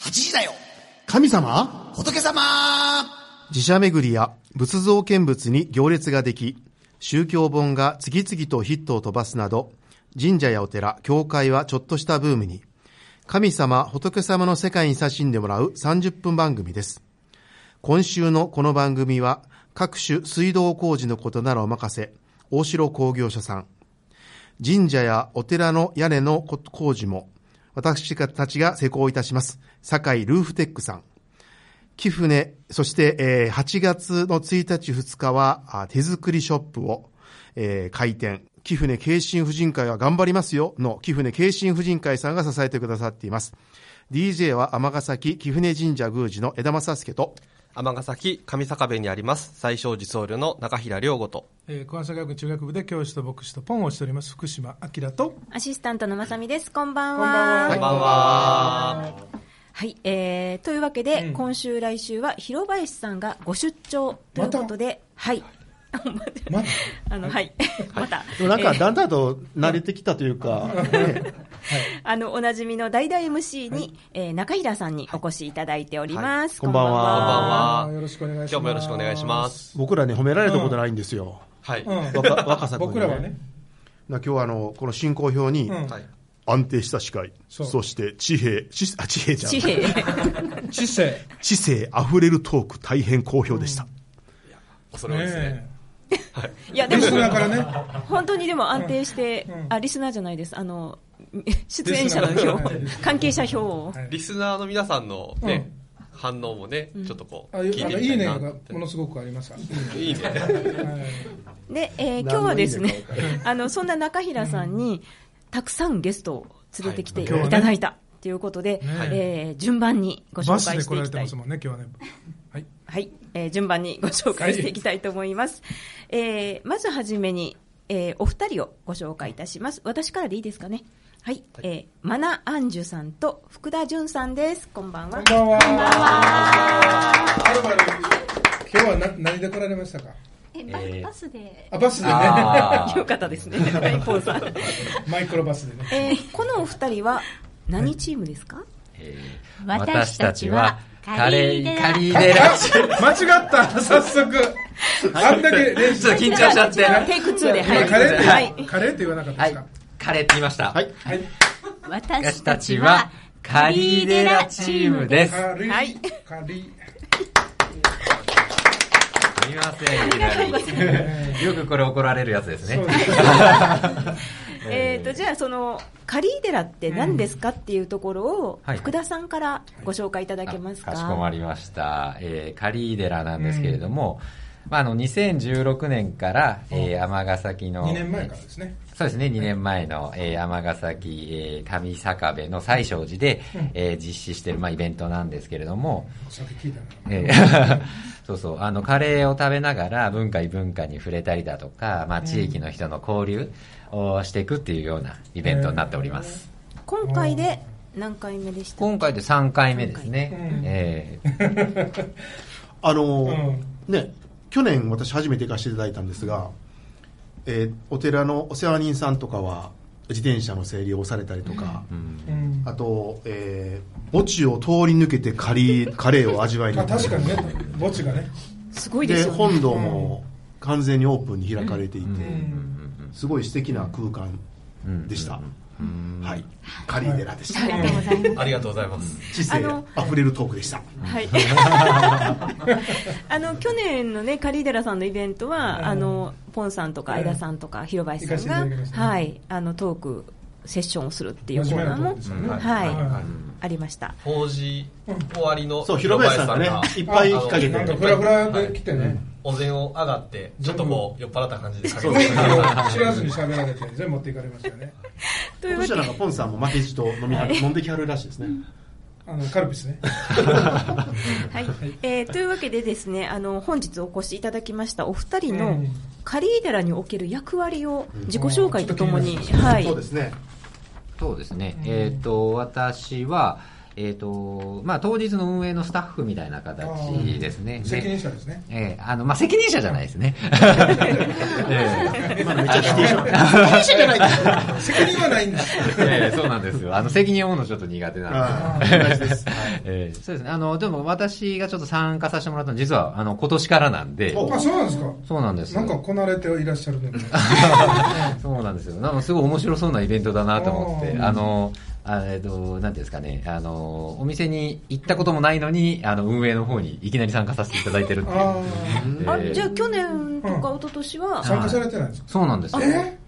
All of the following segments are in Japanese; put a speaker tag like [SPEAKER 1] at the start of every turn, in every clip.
[SPEAKER 1] 8時だよ
[SPEAKER 2] 神様
[SPEAKER 1] 仏様
[SPEAKER 3] 寺社巡りや仏像見物に行列ができ、宗教本が次々とヒットを飛ばすなど、神社やお寺、教会はちょっとしたブームに、神様、仏様の世界に差しんでもらう30分番組です。今週のこの番組は、各種水道工事のことならお任せ、大城工業所さん。神社やお寺の屋根の工事も、私たちが施工いたします。堺ルーフテックさん。貴船、そして、えー8月の1日2日は、あ手作りショップを、えー開店。貴船慶心婦人会は頑張りますよの貴船慶心婦人会さんが支えてくださっています。DJ は尼崎貴船神社宮司の枝正介と、
[SPEAKER 4] 尼崎上坂部にあります最小寺僧侶の中平良吾と
[SPEAKER 5] えー、小安社学中学部で教師と牧師とポンをしております福島明 と
[SPEAKER 6] アシスタントのまさみです。こんばんは。
[SPEAKER 5] こんばんはこんばん
[SPEAKER 6] は。い、えー、というわけで、今週来週は広林さんがご出張ということで、はい。
[SPEAKER 5] まだ
[SPEAKER 6] あの、はい。 また、
[SPEAKER 3] でもなんか
[SPEAKER 6] えー
[SPEAKER 3] だんだんと慣れてきたというか、ね
[SPEAKER 6] あの、おなじみの代々 MC に、えー中平さんにお越しいただいております。
[SPEAKER 3] はいこんばんは
[SPEAKER 4] こんばんは
[SPEAKER 5] よろしくお願いします
[SPEAKER 4] 今日もよろしくお願いします
[SPEAKER 3] 僕らね褒められたことないんですよ。
[SPEAKER 4] はい、
[SPEAKER 5] うん
[SPEAKER 3] 若若さ君に
[SPEAKER 5] 僕らはね、
[SPEAKER 3] な今日はあの、この進行表に、
[SPEAKER 5] うん
[SPEAKER 4] はい
[SPEAKER 3] 安定した司会、
[SPEAKER 5] そ
[SPEAKER 3] そうして地平、知あ地平じゃん。
[SPEAKER 6] 地平。
[SPEAKER 5] 知性
[SPEAKER 3] 知性あふれるトーク大変好評でした、
[SPEAKER 4] 恐れ多いですね
[SPEAKER 6] いや、で
[SPEAKER 5] リ
[SPEAKER 6] も
[SPEAKER 5] ス、ナーからね
[SPEAKER 6] 本当にでも安定して、
[SPEAKER 5] うん
[SPEAKER 6] あ、リスナーじゃないです。あの、出演者の
[SPEAKER 5] リスナ
[SPEAKER 6] 票
[SPEAKER 5] ー、
[SPEAKER 6] 関係者票を。
[SPEAKER 5] はい
[SPEAKER 4] リスナーの皆さんのね、反応もねちょっとこう
[SPEAKER 5] あ
[SPEAKER 4] 聞いて
[SPEAKER 5] なん
[SPEAKER 4] みた
[SPEAKER 5] かいい
[SPEAKER 4] い
[SPEAKER 5] ね
[SPEAKER 4] な
[SPEAKER 5] がものすごくあ ります
[SPEAKER 4] いいね
[SPEAKER 6] で、えー今日はですね、 あの、そんな中平さんに、たくさんゲストを連れてきてい
[SPEAKER 5] はい
[SPEAKER 6] ただいた。ということで、
[SPEAKER 5] ね
[SPEAKER 6] えー順番にご紹
[SPEAKER 5] バ
[SPEAKER 6] 介
[SPEAKER 5] スで
[SPEAKER 6] し
[SPEAKER 5] 来
[SPEAKER 6] てい
[SPEAKER 5] られ
[SPEAKER 6] き
[SPEAKER 5] て
[SPEAKER 6] た
[SPEAKER 5] ま
[SPEAKER 6] い
[SPEAKER 5] す。もんね今日はねはい
[SPEAKER 6] はい、えー順番にご紹介していきたいと思います。えーまずはじめに、えーお二人をご紹介いたします。私からでいいですかね。はい、えーマナアンジュさんと福田淳さんです。こんばん
[SPEAKER 5] こ
[SPEAKER 6] は
[SPEAKER 5] ん。ばんはあらばる今日はな何で来られましたか
[SPEAKER 7] えババスで、
[SPEAKER 5] あバスでね
[SPEAKER 6] よかったですね。はいポンさん。
[SPEAKER 5] マイクロバスでね
[SPEAKER 6] えーこのお二人は何チームですか。
[SPEAKER 8] 私たちはカレーカリーデラ
[SPEAKER 5] あ間違った早速あんだけ練習
[SPEAKER 8] ちょっと緊張しちゃって
[SPEAKER 6] じゃあテイク2で、は
[SPEAKER 5] 今
[SPEAKER 6] い。
[SPEAKER 5] カレーって、
[SPEAKER 6] はい。
[SPEAKER 5] カレーって言わなかった
[SPEAKER 8] は
[SPEAKER 5] です
[SPEAKER 8] い
[SPEAKER 5] か、
[SPEAKER 8] カレーって言いました、
[SPEAKER 3] はい
[SPEAKER 5] はい、
[SPEAKER 8] 私たちはカリーデラチームです
[SPEAKER 5] カリー、
[SPEAKER 6] はい
[SPEAKER 5] カリ
[SPEAKER 8] すみませんいきなりよくこれ怒られるやつです
[SPEAKER 5] ーそ
[SPEAKER 8] ね
[SPEAKER 5] うです
[SPEAKER 6] えっと、じゃあ、その、カリーデラって何ですかっていうところを、
[SPEAKER 8] はい
[SPEAKER 6] 福田さんからご紹介いただけますか。
[SPEAKER 8] あしこまりました、えーカリーデラなんですけれども、まあ、あの2016年から、えー尼崎の
[SPEAKER 5] 2年前からですね
[SPEAKER 8] そうですね、2年前の、えー、尼崎、えー上坂部の最勝寺で、えー実施してる、まあ、イベントなんですけれども、
[SPEAKER 5] お酒聞いたな
[SPEAKER 8] えー そうそう、あの、カレーを食べながら文化異文化に触れたりだとか、まあ、地域の人の交流をしていくっていうようなイベントになっております。
[SPEAKER 6] 今回で何回目でした
[SPEAKER 8] 今回で3回目ですね。
[SPEAKER 5] うん
[SPEAKER 8] え
[SPEAKER 3] あのー
[SPEAKER 5] うん
[SPEAKER 3] ね去年私初めて行かせていただいたんですが、えーお寺のお世話人さんとかは自転車の整理をされたりとか、
[SPEAKER 8] ーうん
[SPEAKER 5] うん
[SPEAKER 3] あと、えー墓地を通り抜けてカリ ーカレーを味わいに
[SPEAKER 5] まあ、
[SPEAKER 3] 行
[SPEAKER 5] 確かにね墓地がね、
[SPEAKER 6] すごいで
[SPEAKER 3] です
[SPEAKER 6] よね。
[SPEAKER 3] 本堂も完全にオープンに開かれていて、
[SPEAKER 5] うん
[SPEAKER 3] すごい素敵な空間でした、はいカリー寺でした、
[SPEAKER 6] ありがとうございます。
[SPEAKER 4] ありがとうございます
[SPEAKER 3] 知性
[SPEAKER 6] あの
[SPEAKER 3] あふれるトークでした
[SPEAKER 6] はい。あの、去年のね、カリーデラさんのイベントは、
[SPEAKER 5] うん
[SPEAKER 6] あの、ポンさんとか、
[SPEAKER 5] うん
[SPEAKER 6] 相田さんとか、広林さん
[SPEAKER 5] 行かせていた
[SPEAKER 6] が
[SPEAKER 5] だきまし、たね
[SPEAKER 6] はい、あの、トーク、セッションをするっていうコ
[SPEAKER 5] 真
[SPEAKER 6] ー
[SPEAKER 5] 面目
[SPEAKER 6] ナ
[SPEAKER 5] なと
[SPEAKER 6] ー
[SPEAKER 5] こ
[SPEAKER 6] も
[SPEAKER 5] ろですよね、
[SPEAKER 6] はい
[SPEAKER 5] は
[SPEAKER 6] ありました。
[SPEAKER 4] 法事終わりの
[SPEAKER 3] そう広林さんがねいっぱい引っ掛け
[SPEAKER 5] なんか
[SPEAKER 3] て
[SPEAKER 5] フラフラで来てね、
[SPEAKER 4] お膳を上がってちょっとこう酔っ払った感じでかけて
[SPEAKER 5] 知らずに喋られて全部持っていかれましたよね
[SPEAKER 6] という
[SPEAKER 3] そ
[SPEAKER 6] わ
[SPEAKER 3] し
[SPEAKER 6] け
[SPEAKER 3] た
[SPEAKER 6] で
[SPEAKER 3] らなんかポンさんも負けじと飲みはる飲んできはるらしいですね
[SPEAKER 5] あのカルピスね
[SPEAKER 6] はい、えーというわけでですね、あの、本日お越しいただきましたお二人
[SPEAKER 5] う
[SPEAKER 6] の
[SPEAKER 5] ん、
[SPEAKER 6] カリーデラにおける役割を自己紹介とともに、
[SPEAKER 5] うん
[SPEAKER 6] はい
[SPEAKER 3] そう。ですね
[SPEAKER 8] そうですね、えっ、と、私は、えーとまあ、当日の運営のスタッフみたいな形ですね。
[SPEAKER 5] 責任者ですね。
[SPEAKER 8] ええあの、まあ、責任者じゃないですね。
[SPEAKER 3] 今のめっちゃ否定しよう。
[SPEAKER 5] 責任者じゃない責任はないんだ。
[SPEAKER 8] ええそうなんですよ。あの、責任を負うのちょっと苦手なんで。
[SPEAKER 3] ああ同じです
[SPEAKER 8] ええそうですね。あの、でも私がちょっと参加させてもらったの実は、あの、今年からなんで、
[SPEAKER 5] あ、そうなんですか。
[SPEAKER 8] そうなんですよ
[SPEAKER 5] なんかこなれていらっしゃるのに。
[SPEAKER 8] そうなんですよ。なんかすごい面白そうなイベントだなと思って、
[SPEAKER 5] うん
[SPEAKER 8] あの、あえっと、なんていうんですかね、あの、お店に行ったこともないのに、あの、運営の方にいきなり参加させていただいてるっていう。
[SPEAKER 5] あ
[SPEAKER 6] あ
[SPEAKER 8] ええ
[SPEAKER 6] じゃあ去年とか一昨年は
[SPEAKER 5] あ、、参加されてないんですか。
[SPEAKER 8] そうなんですよ。
[SPEAKER 5] え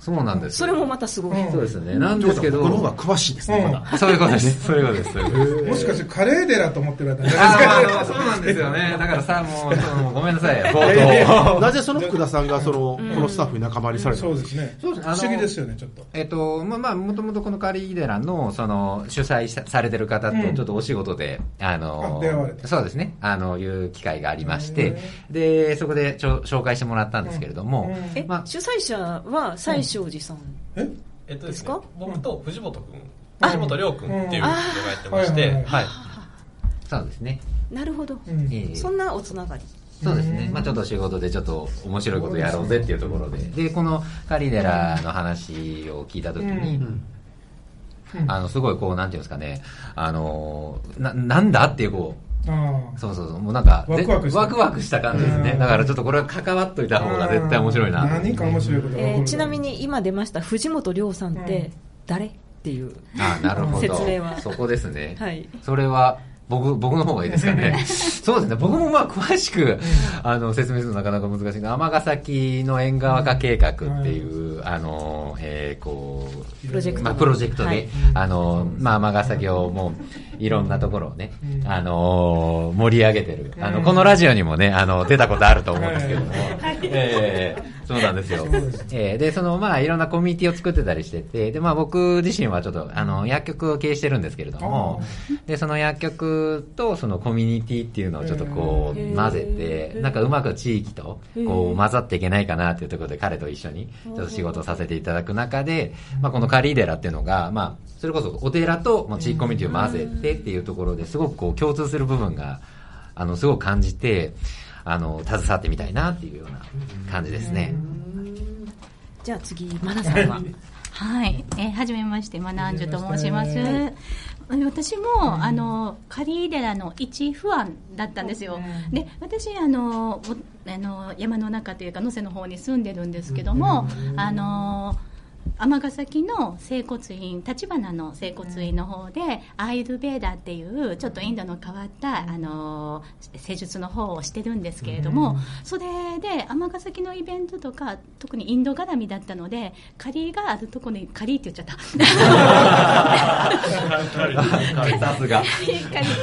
[SPEAKER 8] そうなんです
[SPEAKER 6] そ
[SPEAKER 8] よ。
[SPEAKER 6] れもまたすごい。
[SPEAKER 5] うん
[SPEAKER 8] そうですね。なんですけど、
[SPEAKER 3] 僕の方が詳しいですね、ま だ。
[SPEAKER 8] そういうことです。そういうことです。そういうことです。
[SPEAKER 5] もしかしてカレーデラと思ってるやつじゃないですか。
[SPEAKER 8] ああ、そうなんですよね。だからさ、もう、そうもうごめんなさい、冒頭。
[SPEAKER 3] なぜその福田さんがその、このスタッフに仲間入りされた
[SPEAKER 5] そ
[SPEAKER 3] の
[SPEAKER 5] うですね。不
[SPEAKER 8] そうですあの
[SPEAKER 5] 思議ですよね、ちょっと。
[SPEAKER 8] えっと、まあまあ、もともとこのカリーデラの、その、主催さされてる方と、
[SPEAKER 5] うん
[SPEAKER 8] ちょっとお仕事で、あの
[SPEAKER 5] あ出会われて
[SPEAKER 8] そうですね、あの、いう機会がありまして、で、そこでちょ紹介してもらったんですけれども、
[SPEAKER 5] うん
[SPEAKER 6] え、
[SPEAKER 8] まあ
[SPEAKER 6] 主催者は西庄寺さん。
[SPEAKER 5] え
[SPEAKER 4] えっと
[SPEAKER 6] ですか
[SPEAKER 4] 僕と藤本君、藤本亮君っていうのがやってまし
[SPEAKER 5] うん
[SPEAKER 4] て、
[SPEAKER 5] あ
[SPEAKER 4] はい。
[SPEAKER 8] そうですね。
[SPEAKER 6] なるほど。
[SPEAKER 5] うん
[SPEAKER 8] えー
[SPEAKER 6] そんなおつながり。
[SPEAKER 8] そうですね、まあ、ちょっと仕事でちょっと面白いことやろうぜっていうところで、でこのカリデラの話を聞いたときに、
[SPEAKER 5] うん
[SPEAKER 8] あのすごいこう、なんていうんですかね、あのななんだっていう、こう、
[SPEAKER 5] ああ。
[SPEAKER 8] そうそうそう、もうなんか、
[SPEAKER 5] ワクワクした
[SPEAKER 8] ワワクした感じですね、
[SPEAKER 5] うん
[SPEAKER 8] だからちょっとこれは関わっといた方が絶対面白いな、
[SPEAKER 5] 何か面白いことが起こ
[SPEAKER 6] えー
[SPEAKER 5] る。
[SPEAKER 6] ちなみ。に今出ました藤本亮さんっ
[SPEAKER 5] う
[SPEAKER 6] て
[SPEAKER 5] ん
[SPEAKER 6] 誰っていう。
[SPEAKER 8] あなるほど、
[SPEAKER 6] 説明は
[SPEAKER 8] そこですね、
[SPEAKER 6] はい
[SPEAKER 8] それは僕僕の方がいいです かね、そうですね、僕もまあ詳しくあの説明するのなかなか難しいけど、尼崎の縁側化計画っていう、あのえーこう
[SPEAKER 6] プロジェクト
[SPEAKER 8] まあ、プロジェクトで、あのまあ、尼崎をもういろんなところをね、あの盛り上げてる、あのこのラジオにもねあの出たことあると思うんですけども、 えーそうなんですよ。 えーで、その、まあ、いろんなコミュニティを作ってたりしてて、で、まあ、僕自身はちょっと、あの、薬局を経営してるんですけれども、で、その薬局と、そのコミュニティっていうのをちょっとこ
[SPEAKER 6] へ
[SPEAKER 8] う、
[SPEAKER 6] ー
[SPEAKER 8] 混ぜて、なんかうまく地域と、こう、混ざっていけないかなっていうところで、彼と一緒に、ちょっと仕事をさせていただく中で、まあ、このカリーデラっていうのが、まあ、それこそお寺と、まあ、地域コミュニティを混ぜてっていうところですごくこう、共通する部分が、あの、すごく感じて、あの、携わってみたいなっていうような感じですね。
[SPEAKER 6] じゃあ次、マナさんは。
[SPEAKER 7] はい、えー、はじめまして、マナアンジュと申します。えー私も、あの、カリーデラの一不安だったんですよ。で、私、あの、おあの、山の中というか、能勢の方に住んでるんですけども、あの。尼崎の整骨院立花の整骨院の方で、アーユルベーダーっていうちょっとインドの変わった、あの施術の方をしてるんですけれども、それで尼崎のイベントとか特にインド絡みだったので仮があるとこに仮って言っちゃった。
[SPEAKER 8] さすが。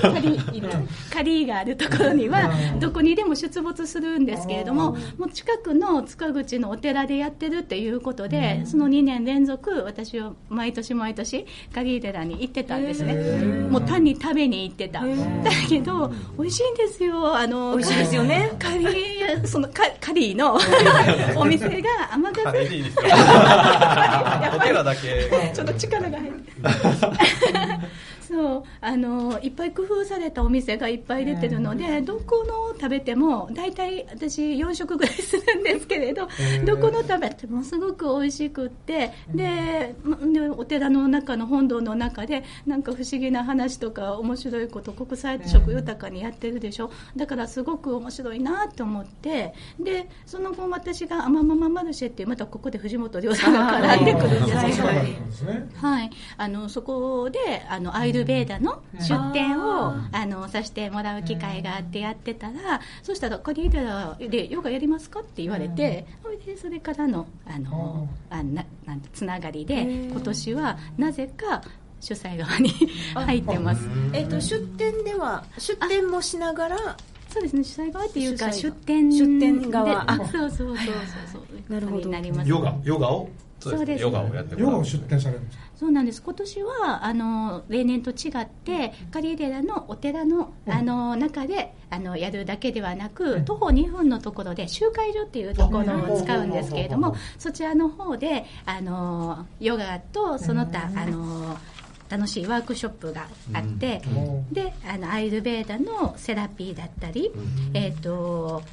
[SPEAKER 7] カリカリカリがあるところにはどこにでも出没するんですけれどももう近くの塚口のお寺でやってるっていうことでその2年連続私は毎年毎年カリ寺に行ってたんですねもう単に食べに行ってただけど美味しいんですよあの
[SPEAKER 6] 美味しいですよね
[SPEAKER 7] カリーそのカカリー のお店が甘
[SPEAKER 4] カ
[SPEAKER 7] が
[SPEAKER 4] レーでいいですよ。お寺だけ。
[SPEAKER 7] ちょっと力が入って。 そうあのいっぱい工夫されたお店がいっぱい出てるのでどこのを食べても大体私4食ぐらいするんですけれどどこの食べてもすごく美味しくってでまでお寺の中の本堂の中でなんか不思議な話とか面白いこと国際色豊かにやってるでしょだからすごく面白いなと思ってでその後私が「あまままマルシェ」っていうまたここで藤本涼さんが絡んでくるんですけど
[SPEAKER 5] そうなんですね。
[SPEAKER 7] はい、あのそこであのアイルベーダの出店を、あのさせてもらう機会があってやってたら、そしたら「カリーデラでヨガやりますか?」って言われて、それでそれからのあのあななんつながりで今年はなぜか主催側に入ってます。
[SPEAKER 6] えっと、出店では、出店もしながら、
[SPEAKER 7] そうですね主催側っていうか
[SPEAKER 6] 主催
[SPEAKER 7] 出
[SPEAKER 6] 側
[SPEAKER 7] 店
[SPEAKER 6] 出店側
[SPEAKER 7] で
[SPEAKER 6] あ
[SPEAKER 7] そうそうそうそうそう
[SPEAKER 6] なるほど
[SPEAKER 7] になります
[SPEAKER 4] ヨガ、ヨガを
[SPEAKER 7] そうです
[SPEAKER 4] ヨガをやって
[SPEAKER 5] ヨガ
[SPEAKER 4] も
[SPEAKER 5] を
[SPEAKER 4] ら
[SPEAKER 5] 出店されるんですか
[SPEAKER 7] そうなんです今年はあの例年と違ってカリーデラのお寺のあの中であのやるだけではなく徒歩2分のところで集会所っていうところを使うんですけれどもそちらの方であのヨガとその他あの楽しいワークショップがあって、であのアイルベーダのセラピーだったり、えっ、と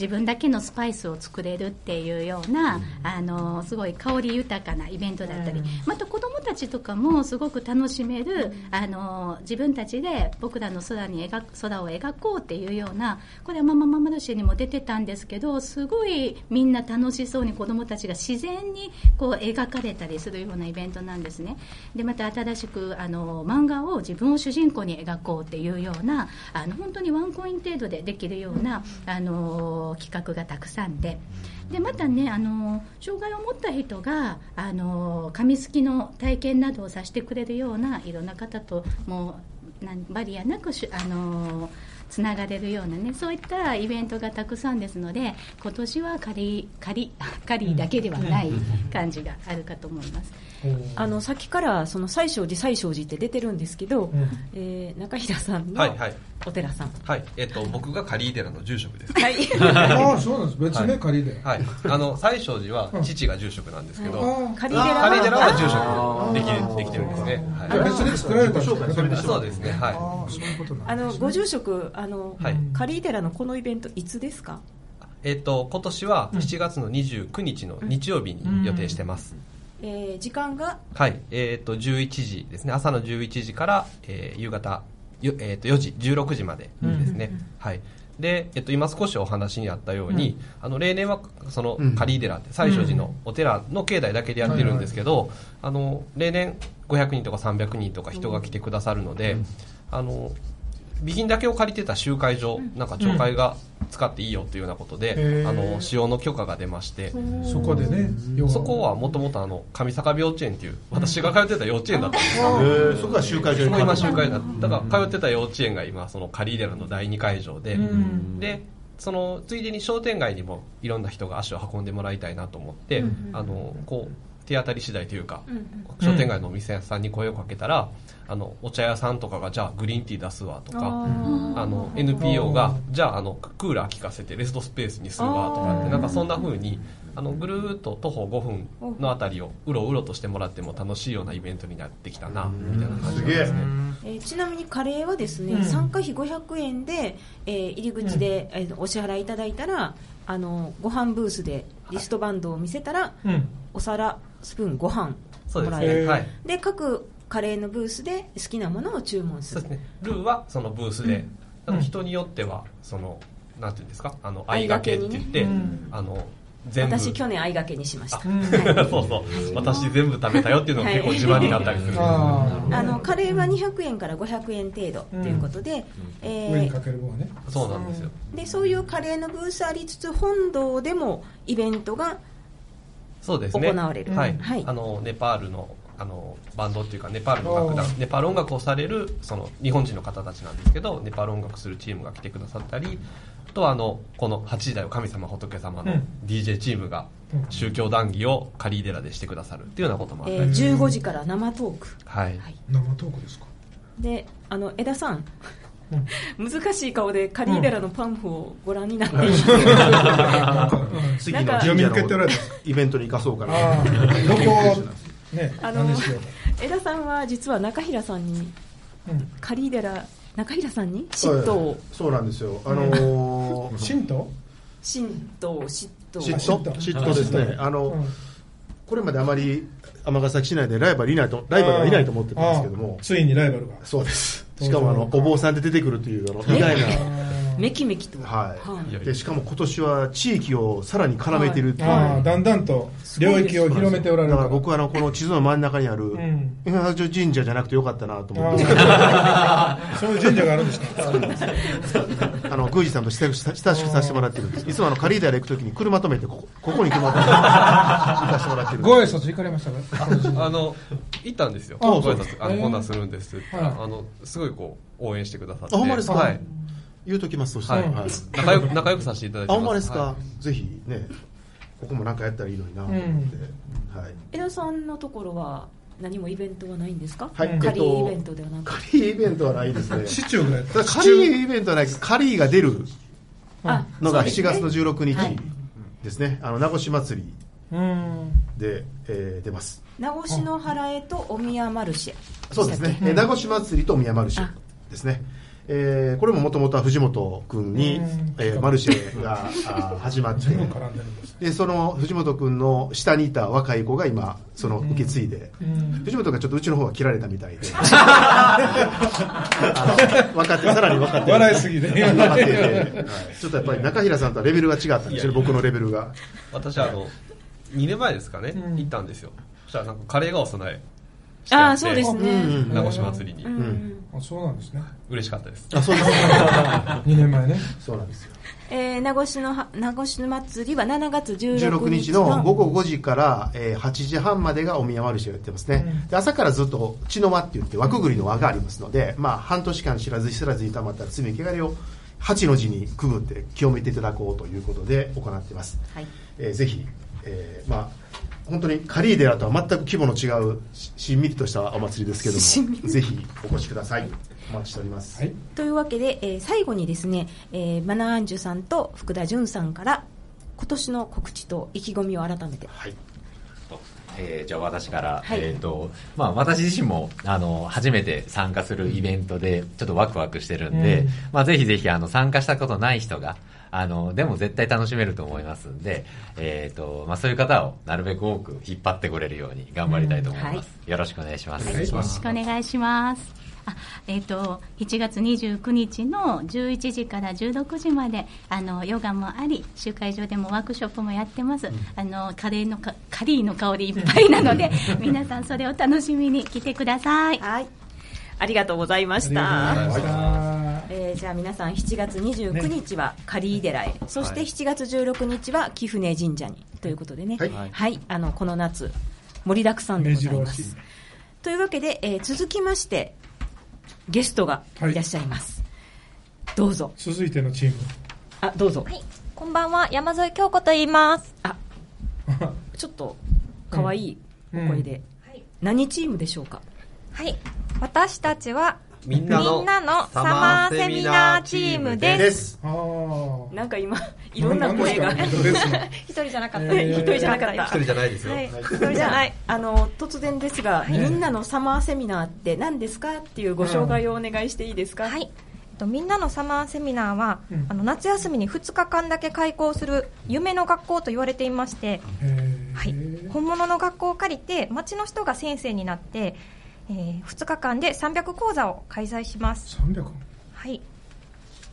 [SPEAKER 7] 自分だけのスパイスを作れるっていうような、あのすごい香り豊かなイベントだったり、また子どもたちとかもすごく楽しめる、あの自分たちで僕らの空に描く空を描こうっていうようなこれはママママルシェにも出てたんですけどすごいみんな楽しそうに子どもたちが自然にこう描かれたりするようなイベントなんですねでまた新しくあの漫画を自分を主人公に描こうっていうようなあの本当にワンコイン程度でできるようなあの企画がたくさんで。でまたねあの障害を持った人があの紙すきの体験などをさせてくれるようないろんな方ともうなんバリアなくしあのつながれるようなねそういったイベントがたくさんですので今年はカリカリカリだけではない感じがあるかと思います。
[SPEAKER 6] あのさっきからその西勝寺西勝寺って出てるんですけど、
[SPEAKER 5] ん
[SPEAKER 6] えー中平さん
[SPEAKER 4] はい
[SPEAKER 6] の
[SPEAKER 4] はい
[SPEAKER 6] お 寺さん、
[SPEAKER 4] はいえっと僕が仮寺の住職です
[SPEAKER 6] はい
[SPEAKER 5] ああ、そうなんです。別
[SPEAKER 4] は
[SPEAKER 5] 名
[SPEAKER 4] い
[SPEAKER 5] 仮で。
[SPEAKER 4] はいあの最勝寺は父が住職なんですけど、
[SPEAKER 5] あ
[SPEAKER 6] カリデラ
[SPEAKER 4] 仮寺は住
[SPEAKER 8] あ
[SPEAKER 4] 職
[SPEAKER 8] ー
[SPEAKER 4] できできてるんですね
[SPEAKER 5] あ、
[SPEAKER 4] は
[SPEAKER 5] じゃあ別に作られたんですか
[SPEAKER 4] いそうですねはい
[SPEAKER 5] ああ、そういうことな
[SPEAKER 6] あ
[SPEAKER 5] んで
[SPEAKER 6] の
[SPEAKER 5] すね。
[SPEAKER 6] ご住職あの、
[SPEAKER 4] はい
[SPEAKER 6] カリーデラのこのイベントいつですか
[SPEAKER 4] えっと今年は7月の29日の日曜日に予定してます、
[SPEAKER 6] えー時間が
[SPEAKER 4] はいえっと11時ですね朝の11時から、えー夕方よ、えっと4時16時までですね、はいでえっと、今少しお話にあったように、あの例年はその
[SPEAKER 3] うん
[SPEAKER 4] 仮寺って最勝寺のお寺の境内だけでやってるんですけど、あの例年500人とか300人とか人が来てくださるので、あの備品だけを借りてた集会所、なんか町会が使っていいよというようなことで、
[SPEAKER 5] へー
[SPEAKER 4] あの使用の許可が出まして、
[SPEAKER 5] そこでね、要
[SPEAKER 4] そこはもともとあの上坂幼稚園っていう私が通ってた幼稚園だったんですよ、
[SPEAKER 1] ーそこは集会所
[SPEAKER 4] そ
[SPEAKER 1] に
[SPEAKER 4] こ今集会だだから通ってた幼稚園が今その仮入れの第2会場で、でそのついでに商店街にもいろんな人が足を運んでもらいたいなと思って、あのこう手当たり次第というか、商店街のお店屋さんに声をかけたらあのお茶屋さんとかがじゃあグリーンティー出すわとか、あの NPO がじゃああのクーラー効かせてレストスペースにするわとかってなんかそんな風にあのぐるーっと徒歩5分のあたりをうろうろとしてもらっても楽しいようなイベントになってきたなみたいな感じなんですね
[SPEAKER 6] えーちなみにカレーはですね、参加費500円で、えー入り口で、えーお支払いいただいたらあのご飯ブースでリストバンドを見せたら、
[SPEAKER 5] うん。
[SPEAKER 6] お皿スプーンご飯
[SPEAKER 4] そう
[SPEAKER 6] も
[SPEAKER 4] です
[SPEAKER 6] ら
[SPEAKER 4] ね、
[SPEAKER 6] える
[SPEAKER 4] はい
[SPEAKER 6] で各カレーのブースで好きなものを注文す
[SPEAKER 4] そう
[SPEAKER 6] る
[SPEAKER 4] ですねルーはそのブースで、あの人によってはそのなんていうんですかあの相掛けって言って、
[SPEAKER 5] 相掛けにね
[SPEAKER 4] あの全部
[SPEAKER 6] 私去年相掛けにしました、
[SPEAKER 4] そうそう私全部食べたよっていうのが結構自慢になったりする、
[SPEAKER 5] あ
[SPEAKER 6] あのカレーは200円から500円程度ということ
[SPEAKER 5] あ、
[SPEAKER 6] で、えー
[SPEAKER 5] 上にかける分はね。
[SPEAKER 4] そうなんですよ
[SPEAKER 6] でそういうカレーのブースありつつ本堂でもイベントが
[SPEAKER 4] そうですね
[SPEAKER 6] 行われる
[SPEAKER 4] はい
[SPEAKER 6] はい
[SPEAKER 4] あのネパールのあのバンドっていうかネパールの楽団
[SPEAKER 5] おー
[SPEAKER 4] ネパール音楽をされるその日本人の方たちなんですけどネパール音楽するチームが来てくださったりあとはあのこの8時代を神様仏様の
[SPEAKER 5] うん
[SPEAKER 4] DJ チームが
[SPEAKER 5] うん
[SPEAKER 4] 宗教談義をカリーデラでしてくださるっていうようなこともあっ
[SPEAKER 6] え
[SPEAKER 4] たり、
[SPEAKER 6] ー15時から生トーク
[SPEAKER 4] はい
[SPEAKER 6] はい
[SPEAKER 5] 生トークですか。
[SPEAKER 6] であの江田さん難しい顔でカリーデラのパンフをご覧になってい る、
[SPEAKER 1] 次の神
[SPEAKER 6] なんか
[SPEAKER 5] 読み
[SPEAKER 1] 社
[SPEAKER 5] 受けてる
[SPEAKER 1] の
[SPEAKER 5] やつ
[SPEAKER 1] イベントに生かそう か
[SPEAKER 5] あ
[SPEAKER 1] な
[SPEAKER 5] あ、どこを、ね、
[SPEAKER 6] あ
[SPEAKER 5] あ
[SPEAKER 6] の
[SPEAKER 5] の、何しよ
[SPEAKER 6] 江田さんは実は中平さんに
[SPEAKER 5] う。うん。
[SPEAKER 6] カリーデラ中平さんに嫉妬を
[SPEAKER 1] そうなんですよあのー
[SPEAKER 5] 神道
[SPEAKER 6] 神道嫉
[SPEAKER 1] 嫉
[SPEAKER 6] 妬
[SPEAKER 1] 妬嫉妬ですねあの、
[SPEAKER 5] うん
[SPEAKER 1] これまであまり尼崎市内でライバルいないとライバルはいないと思ってたんですけども
[SPEAKER 5] ああついにライバルが。
[SPEAKER 1] そうですしかもあのお坊さんで出てくるというあの意外な
[SPEAKER 6] めきめきと
[SPEAKER 1] はい
[SPEAKER 4] いやいや
[SPEAKER 1] でしかも今年は地域をさらに絡めてるっていう
[SPEAKER 5] ああ、だんだんと領域を広めておられ
[SPEAKER 1] だか
[SPEAKER 5] るからら。
[SPEAKER 1] 僕はあのこの地図の真ん中にある
[SPEAKER 5] ん
[SPEAKER 1] 江原町神社じゃなくてよかったなと思って
[SPEAKER 5] ああそういう神社があるんですか。
[SPEAKER 1] あの宮司さんと親しく親しくさせてもらってるんですいつもあのカリーダーで行くときに車止めてここここに車止めて 行かせてもらってるんで
[SPEAKER 5] ご挨拶行かれましたか。
[SPEAKER 4] あの行ったんですよ、
[SPEAKER 5] あ
[SPEAKER 4] ご
[SPEAKER 5] そう
[SPEAKER 4] 挨拶あ
[SPEAKER 5] へ
[SPEAKER 4] の
[SPEAKER 5] ー
[SPEAKER 4] こんなんするんですって言ったら、
[SPEAKER 5] は
[SPEAKER 4] あ
[SPEAKER 5] い
[SPEAKER 4] のすごいこう応援してくださって、
[SPEAKER 1] あほんまですか
[SPEAKER 4] はい
[SPEAKER 1] 言うときますとした
[SPEAKER 4] は
[SPEAKER 1] ら、
[SPEAKER 4] い
[SPEAKER 1] はい
[SPEAKER 4] 仲良く仲良くさせていただいて
[SPEAKER 1] あ
[SPEAKER 4] ます。
[SPEAKER 1] ほんまですか、
[SPEAKER 4] はい
[SPEAKER 1] ぜひねここもなんかやったらいいのになと思って、はい
[SPEAKER 6] 江田さんのところは何もイベントはないんですか、
[SPEAKER 1] はい
[SPEAKER 6] カリーイ
[SPEAKER 1] え
[SPEAKER 6] ベ
[SPEAKER 1] っ
[SPEAKER 6] ン
[SPEAKER 1] と
[SPEAKER 6] トではなく
[SPEAKER 1] カリーイベントはないですね
[SPEAKER 5] 市長ぐらい。
[SPEAKER 1] カリーイベントはないですカリーが出る
[SPEAKER 6] あ
[SPEAKER 1] のが
[SPEAKER 6] そうです
[SPEAKER 1] 7
[SPEAKER 6] ね
[SPEAKER 1] 月の16日ですねあの名護市祭り
[SPEAKER 3] で、えー出ます
[SPEAKER 6] 名護市の原江とお宮マルシェ
[SPEAKER 3] そうですね、えー名護市祭りと宮丸市ですね、えーこれももともとは藤本君に、
[SPEAKER 5] うん
[SPEAKER 3] えーマルシェがあー始まって
[SPEAKER 5] 絡んでるんです。
[SPEAKER 3] でその藤本君の下にいた若い子が今その受け継いで、
[SPEAKER 5] うん
[SPEAKER 3] 藤本がちょっとうちの方は切られたみた いであの分かってさらに分かって
[SPEAKER 5] 笑いすぎて
[SPEAKER 3] 分かってて、ちょっとやっぱり中平さんとはレベルが違ったんですよね僕のレベルが
[SPEAKER 4] 私あの2年前ですかね、
[SPEAKER 5] うん
[SPEAKER 4] 行ったんですよそしたらなんかカレーがお供えしてっ
[SPEAKER 6] ああ
[SPEAKER 4] て
[SPEAKER 6] そうですね、
[SPEAKER 3] うんうん
[SPEAKER 4] 名護市祭りに、
[SPEAKER 3] ん
[SPEAKER 5] あそうなんですね。
[SPEAKER 4] 嬉しかったです
[SPEAKER 3] あそうです
[SPEAKER 5] 2年前ね。
[SPEAKER 3] そうなんですよ
[SPEAKER 6] えー名護市のは名護市の祭りは7月16
[SPEAKER 3] 16
[SPEAKER 6] 日
[SPEAKER 3] 日
[SPEAKER 6] の
[SPEAKER 3] の午後5時から、えー8時半までがお宮丸市をやってますね、
[SPEAKER 5] うん
[SPEAKER 3] で朝からずっと血の輪って言って輪くぐりの輪がありますので、まあ、半年間知らず知らずにたまった罪汚れを8の字にくぐって清めていただこうということで行ってます、
[SPEAKER 6] はい
[SPEAKER 3] えーぜひ、えーまあ本当にカリーデラとは全く規模の違うししんみりとしたお祭りですけどもぜひお越しくださいお待ちしております、
[SPEAKER 5] はい。
[SPEAKER 6] というわけで、えー最後にですね、えーマナーアンジュさんと福田淳さんから今年の告知と意気込みを改めて
[SPEAKER 3] はい
[SPEAKER 8] えーじゃあ私から、
[SPEAKER 6] はい
[SPEAKER 8] えっ、と、まあ私自身も、あの、初めて参加するイベントで、ちょっとワクワクしてるんで、
[SPEAKER 5] うん
[SPEAKER 8] まあぜひぜひ、あの、参加したことない人が、あの、でも絶対楽しめると思いますんで、えっ、と、まあそういう方をなるべく多く引っ張ってこれるように頑張りたいと思いま
[SPEAKER 6] う
[SPEAKER 8] す。
[SPEAKER 6] んは
[SPEAKER 8] よろしくお願いします。
[SPEAKER 5] お願いします
[SPEAKER 7] よろしくお願いします。あえっと1月29日の11時から16時まであのヨガもあり集会場でもワークショップもやってます、あのカレーのかカリーの香りいっぱいなので 皆さんそれを楽しみに来てください
[SPEAKER 6] はいありがとうございまし
[SPEAKER 5] あり
[SPEAKER 6] た
[SPEAKER 5] がとうございま
[SPEAKER 6] えーじゃあ皆さん7月29日は狩居寺へ、そして
[SPEAKER 8] はい
[SPEAKER 6] 7月16日は貴船神社にということでねは、
[SPEAKER 3] はいい
[SPEAKER 6] あのこの夏盛りだくさんでございます
[SPEAKER 5] 目白押
[SPEAKER 6] というわけで、えー続きましてゲストがいらっしゃいます、どうぞ
[SPEAKER 5] す続いてのチーム。
[SPEAKER 6] あどうぞ、
[SPEAKER 2] はい、こんばんは、山添京子と言います。
[SPEAKER 6] あちょっと可愛いお声で、
[SPEAKER 2] はい
[SPEAKER 6] 何チームでしょうか
[SPEAKER 2] はい、私たちは、
[SPEAKER 4] みんなの
[SPEAKER 2] サマーセミナーチーム
[SPEAKER 3] で
[SPEAKER 2] です。
[SPEAKER 3] す
[SPEAKER 5] ああ。
[SPEAKER 6] なんか今いろんな声が
[SPEAKER 5] なんですか
[SPEAKER 2] 一人じゃなかった。
[SPEAKER 5] えー
[SPEAKER 6] 一人じゃなかっ
[SPEAKER 4] 一
[SPEAKER 6] た
[SPEAKER 4] 人じゃないですよ、
[SPEAKER 2] はい、一人じゃない。
[SPEAKER 6] あの突然ですが、みんなのサマーセミナーって何ですかっていうご紹介をお願いしていいですか、
[SPEAKER 2] はい。えっとみんなのサマーセミナーは、
[SPEAKER 5] うん
[SPEAKER 2] あの夏休みに2日間だけ開校する夢の学校と言われていまして、はい、本物の学校を借りて町の人が先生になって、え2日間で300講座を開催します。
[SPEAKER 5] 三百。
[SPEAKER 2] はい、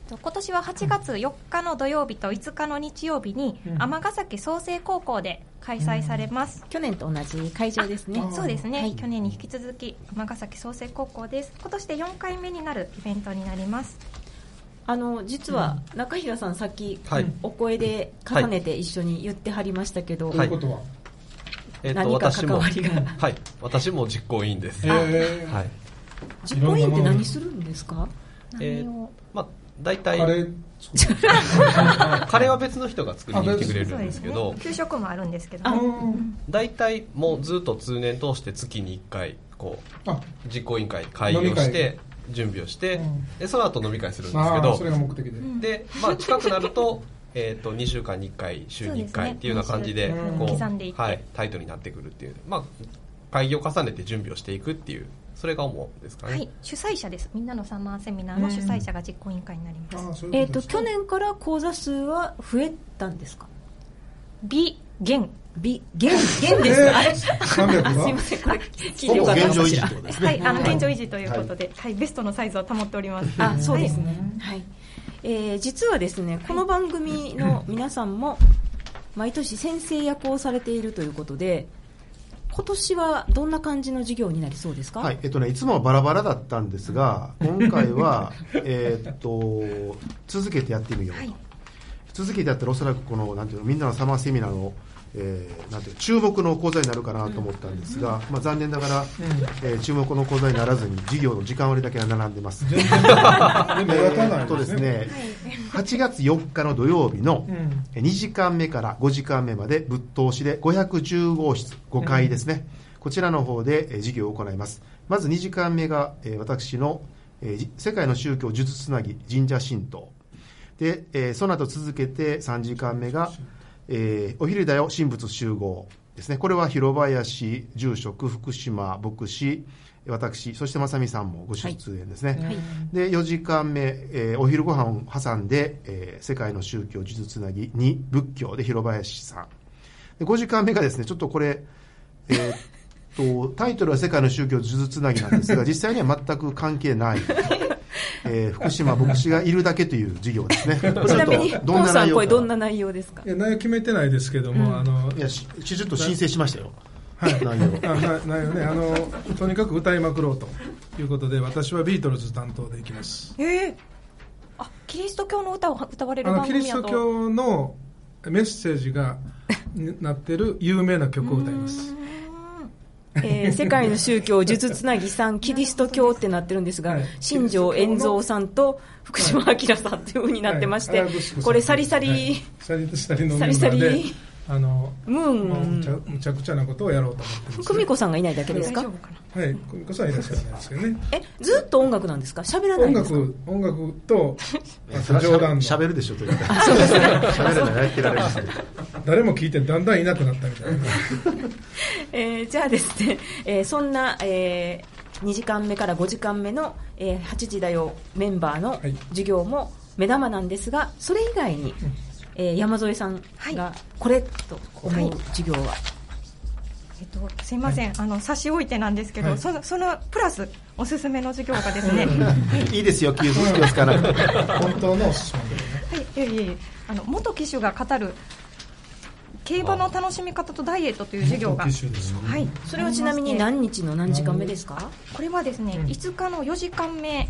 [SPEAKER 2] と今年は8月4日の土曜日と5日の日曜日に
[SPEAKER 5] うん
[SPEAKER 2] 尼、崎創成高校で開催されます、
[SPEAKER 6] 去年と同じ会場ですね
[SPEAKER 5] あ
[SPEAKER 2] そうですね、
[SPEAKER 6] はい
[SPEAKER 2] 去年に引き続き尼崎創成高校です今年で4回目になるイベントになります
[SPEAKER 6] あの実は中平さんさっき、
[SPEAKER 4] はい
[SPEAKER 6] お声で重ねて一緒に言ってはりましたけど、
[SPEAKER 5] ということは。
[SPEAKER 4] えっと
[SPEAKER 6] 何か
[SPEAKER 4] 私
[SPEAKER 6] 関
[SPEAKER 4] も
[SPEAKER 6] わりが、
[SPEAKER 4] はい私も実行委員です、
[SPEAKER 5] えー
[SPEAKER 4] はい
[SPEAKER 6] 実行委員って何するんですか
[SPEAKER 4] え
[SPEAKER 2] 何
[SPEAKER 4] ー
[SPEAKER 2] を
[SPEAKER 4] まあ大
[SPEAKER 5] カ
[SPEAKER 4] 体
[SPEAKER 5] レー。そう
[SPEAKER 4] カレーは別の人が作りに来てくれるんですけ
[SPEAKER 2] そう
[SPEAKER 4] ど
[SPEAKER 2] ですね給食もあるんですけど
[SPEAKER 5] あ
[SPEAKER 2] ね
[SPEAKER 4] 大体もうずっと通年通して月に1回こう
[SPEAKER 5] あ。
[SPEAKER 4] 実行委員会会議をして準備をして、
[SPEAKER 5] うん
[SPEAKER 4] でその後飲み会するんですけ
[SPEAKER 5] ああ、
[SPEAKER 4] ど
[SPEAKER 5] それが目的で。
[SPEAKER 4] で、まあ、近くなると, 、えー、と2週間に1回週に1回っていうような感じで
[SPEAKER 5] そうですね
[SPEAKER 4] こう
[SPEAKER 2] 刻んでいって
[SPEAKER 4] はい、タイトになってくるっていう、まあ、会議を重ねて準備をしていくっていうそれが主ですかね、
[SPEAKER 2] はい、主催者ですみんなのサマーセミナーの主催者が実行委員会になります、
[SPEAKER 5] ああ、そうい
[SPEAKER 6] え
[SPEAKER 5] う
[SPEAKER 6] っ
[SPEAKER 5] ことです
[SPEAKER 6] 去。年から講座数は増えたんですか
[SPEAKER 2] 美元
[SPEAKER 6] び減減ですか、
[SPEAKER 5] 三百
[SPEAKER 6] あれす
[SPEAKER 5] が。
[SPEAKER 6] いませんこれ聞いて
[SPEAKER 3] ほ
[SPEAKER 6] よ
[SPEAKER 3] ぼ
[SPEAKER 6] かった
[SPEAKER 3] 現
[SPEAKER 6] か
[SPEAKER 3] 状
[SPEAKER 6] も
[SPEAKER 3] 維
[SPEAKER 6] し
[SPEAKER 3] 持
[SPEAKER 6] れ
[SPEAKER 3] っ
[SPEAKER 6] ない
[SPEAKER 3] てことですね
[SPEAKER 2] はい、あの現状維持ということで、はい、ベストのサイズを保っております。
[SPEAKER 6] あそうですね、はいえー実はですねこの番組の皆さんも毎年先生役をされているということで今年はどんな感じの授業になりそうですか、
[SPEAKER 3] はい、えっとね、いつもはバラバラだったんですが、今回は、えーっと、続けてやってみようと。
[SPEAKER 2] はい
[SPEAKER 3] 続けてやったらおそらくこの、なんていうの、みんなのサマーセミナーの、えーなんていうの注目の講座になるかなと思ったんですが、まあ残念ながら、えー注目の講座にならずに、授業の時間割だけが並んでます。
[SPEAKER 5] 全然。目立た
[SPEAKER 3] え
[SPEAKER 5] な
[SPEAKER 3] ー
[SPEAKER 5] い。
[SPEAKER 3] っとです。ね、8月4日の土曜日の
[SPEAKER 5] うん
[SPEAKER 3] えー2時間目から5時間目までぶっ通しで510号室5階ですね、こちらの方でえー授業を行いますまず2時間目がえー私のえーじ世界の宗教呪術つなぎ神社神道でえーその後続けて3時間目がえーお昼だよ神仏集合ですねこれは広林住職福島牧師私そして正美さんもご出演ですね、で4時間目、えーお昼ご飯を挟んで、えー世界の宗教呪術つなぎ2仏教で広林さんで5時間目がですねちょっとこれえーっとタイトルは「世界の宗教呪術つなぎ」なんです が実際には全く関係ない、えー福島牧師がいるだけという授業ですね
[SPEAKER 6] ちなみに、
[SPEAKER 3] どん
[SPEAKER 6] コンさん、
[SPEAKER 3] 内容
[SPEAKER 6] これ
[SPEAKER 3] か
[SPEAKER 6] どんな内容ですか
[SPEAKER 5] いや内容決めてないですけども、あの
[SPEAKER 3] いやししちょっと申請しましたよ
[SPEAKER 5] はい、
[SPEAKER 3] 内容
[SPEAKER 5] あな内容ねあのとにかく歌いまくろうということで私はビートルズ担当でいきます
[SPEAKER 2] ええあキリスト教の歌を歌われ
[SPEAKER 5] あ
[SPEAKER 2] る
[SPEAKER 5] の
[SPEAKER 2] 番
[SPEAKER 5] キリ
[SPEAKER 2] 組
[SPEAKER 5] スト
[SPEAKER 2] やと
[SPEAKER 5] 教のメッセージがになってる有名な曲を歌います
[SPEAKER 6] えー世界の宗教、呪術つなぎさん、キリスト教ってなってるんですが
[SPEAKER 5] はい、
[SPEAKER 6] 新庄円蔵さんと福島明さんというふうになってまし
[SPEAKER 5] はい
[SPEAKER 6] て
[SPEAKER 5] アラブスコさ、ん
[SPEAKER 6] これ、サリサ
[SPEAKER 5] はい
[SPEAKER 6] リ、
[SPEAKER 5] サリサリの
[SPEAKER 6] サ
[SPEAKER 5] メ
[SPEAKER 6] リ
[SPEAKER 5] ン
[SPEAKER 6] サ
[SPEAKER 5] バ
[SPEAKER 6] リ
[SPEAKER 5] ーであの
[SPEAKER 6] ム
[SPEAKER 5] もうむちゃ
[SPEAKER 6] ーン、
[SPEAKER 5] むちゃくちゃなことをやろうと思ってます
[SPEAKER 6] 久美子さんがいないだけですか
[SPEAKER 5] はい久美子さんはいらっしゃらないですけどね
[SPEAKER 6] え、ずっと音楽なんですか喋らな
[SPEAKER 5] 音
[SPEAKER 6] いんですか
[SPEAKER 5] 楽音楽とあ
[SPEAKER 1] それ
[SPEAKER 5] と
[SPEAKER 1] は
[SPEAKER 5] 冗談の
[SPEAKER 1] しゃべるでしょというかそうですねしゃべれないやってられます
[SPEAKER 5] 誰も聞いてだんだんいなくなったみたいな
[SPEAKER 6] えーじゃあですね、 えーそんな、え2時間目から5時間目の、えー8時だよメンバーの
[SPEAKER 5] はい
[SPEAKER 6] 授業も目玉なんですが、それ以外に、えー山添さんがこれと思う授業は、
[SPEAKER 2] えっと、すいません、あの差し置いてなんですけど、
[SPEAKER 5] はい
[SPEAKER 2] そのそのプラスおすすめの授業がですね、
[SPEAKER 3] いいですよ気を気を使わなくて
[SPEAKER 5] 本当のおすすめだよね
[SPEAKER 2] はい、いえいえいえあの元騎手が語る競馬の楽しみ方とダイエットという授業が、
[SPEAKER 5] 元気集ですよ
[SPEAKER 2] はい、
[SPEAKER 6] それはちなみに何日の何時間目ですか
[SPEAKER 2] これはですね、5日の4時間目、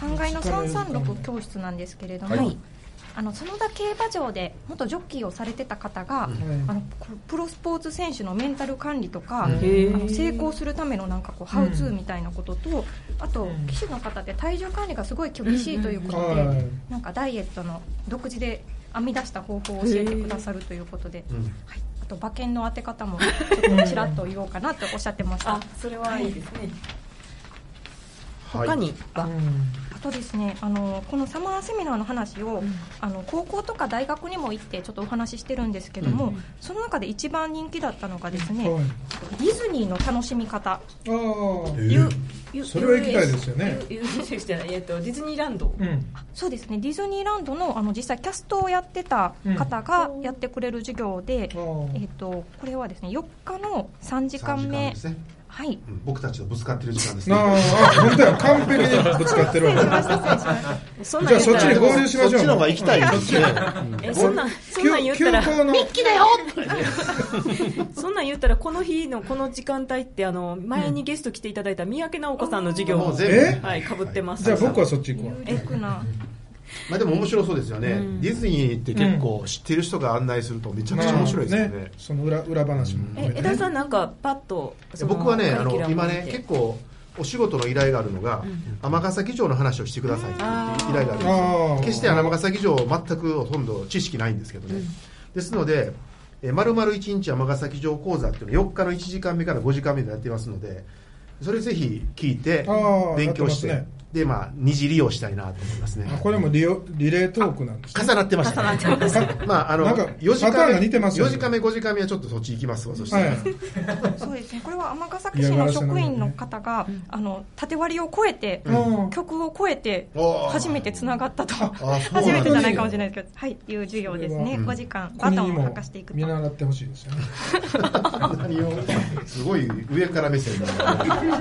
[SPEAKER 2] 3階の336教室なんですけれども、
[SPEAKER 6] はい
[SPEAKER 2] あの園田競馬場で元ジョッキーをされてた方が、あのこうプロスポーツ選手のメンタル管理とか、
[SPEAKER 6] へー
[SPEAKER 2] あの成功するためのなんかこうハウツーみたいなことと、あと騎手の方って体重管理がすごい厳しいということで、
[SPEAKER 5] はい
[SPEAKER 2] なんかダイエットの独自で編み出した方法を教えてくださるということで、はい、あと馬券の当て方もちょっとちらっと言おうかなとおっしゃってました。
[SPEAKER 6] それはいいですね
[SPEAKER 3] はい
[SPEAKER 6] 他には、
[SPEAKER 2] あとですねあのこのサマーセミナーの話を、あの高校とか大学にも行ってちょっとお話ししてるんですけども、その中で一番人気だったのがですね、
[SPEAKER 5] はい
[SPEAKER 2] ディズニーの楽しみ方、
[SPEAKER 5] ああ、
[SPEAKER 6] ゆゆ
[SPEAKER 5] それは行きたいですよね
[SPEAKER 6] US ゆ US じゃないえっとディズニーランド
[SPEAKER 5] うん、
[SPEAKER 2] そうですねディズニーランドのあの実際キャストをやってた方がやってくれる授業で、
[SPEAKER 5] うん
[SPEAKER 2] えっとこれはですね4日の3時間目
[SPEAKER 3] 3ですね
[SPEAKER 2] はい
[SPEAKER 3] うん僕たちとぶつかってる時間です
[SPEAKER 5] なあ
[SPEAKER 3] ね
[SPEAKER 5] あ本当や完璧にぶつかってるわ
[SPEAKER 2] 失礼しました失礼しました
[SPEAKER 6] そんな
[SPEAKER 5] じゃ
[SPEAKER 6] ん
[SPEAKER 5] あ
[SPEAKER 6] 言
[SPEAKER 5] そ
[SPEAKER 6] っ
[SPEAKER 5] っち
[SPEAKER 6] た
[SPEAKER 5] に
[SPEAKER 6] ら
[SPEAKER 5] 合流しましょう
[SPEAKER 1] そっちの方が行き たいですね
[SPEAKER 6] えそんなんそんなん言っ
[SPEAKER 5] 休
[SPEAKER 6] たら
[SPEAKER 5] 校の
[SPEAKER 6] 気だよそんなん言ったらこの日のこの時間帯ってあの前にゲスト来ていただいた三宅直子さんの授業
[SPEAKER 3] も
[SPEAKER 6] も
[SPEAKER 3] う全
[SPEAKER 5] え
[SPEAKER 3] 部
[SPEAKER 6] はいかぶってます
[SPEAKER 5] じゃあ僕はそっち行こう
[SPEAKER 2] 有力な
[SPEAKER 3] まあでも面白そうですよねディズニーって結構知ってる人が案内するとめちゃくちゃ面白いですよね
[SPEAKER 5] その裏裏話も
[SPEAKER 6] え
[SPEAKER 5] 含めて
[SPEAKER 6] 江田さんなんかパッとその
[SPEAKER 3] 僕はね
[SPEAKER 6] カ
[SPEAKER 3] あ
[SPEAKER 6] リキュ
[SPEAKER 3] の
[SPEAKER 6] ラム
[SPEAKER 3] 今
[SPEAKER 6] を見て
[SPEAKER 3] ね結構お仕事の依頼があるのが尼崎城の話をしてくださいっていう依頼があるんです
[SPEAKER 5] あ
[SPEAKER 3] よ
[SPEAKER 5] ー
[SPEAKER 3] 決して尼崎城全くほとんど知識ないんですけどねですのでえー丸々1日尼崎城講座っていうのを4日の1時間目から5時間目でやってますのでそれぜひ聞いて
[SPEAKER 5] あー
[SPEAKER 3] 勉強して
[SPEAKER 5] やってま
[SPEAKER 3] でまあ二次利用したいなと思いますね
[SPEAKER 5] あこれもリオリレートークなんですね
[SPEAKER 3] 重なってました、ね。 まあ、あの、
[SPEAKER 5] なんか
[SPEAKER 3] 4時
[SPEAKER 5] パターン
[SPEAKER 3] 間
[SPEAKER 5] が
[SPEAKER 3] 目、
[SPEAKER 5] 似てますよ
[SPEAKER 3] 4
[SPEAKER 5] ね
[SPEAKER 3] 時間目、5時間目はちょっとそっち行きますわ、そして。
[SPEAKER 5] はい
[SPEAKER 2] そうですねこれは尼崎市の職員の方があの縦割りを超えて、
[SPEAKER 5] うん
[SPEAKER 2] 曲を超えて
[SPEAKER 3] おー
[SPEAKER 2] 初めてつながったと
[SPEAKER 3] あそうなん
[SPEAKER 2] 初
[SPEAKER 3] だ
[SPEAKER 2] めてじゃないかもしれないですけどはいいう授業ですね
[SPEAKER 5] う
[SPEAKER 2] 5時間バ
[SPEAKER 5] 国
[SPEAKER 2] ト
[SPEAKER 5] に
[SPEAKER 2] ンを
[SPEAKER 5] も
[SPEAKER 2] かしていく
[SPEAKER 5] 見
[SPEAKER 2] と
[SPEAKER 5] 習ってほしいですよね
[SPEAKER 3] 何をすごい上から目線だね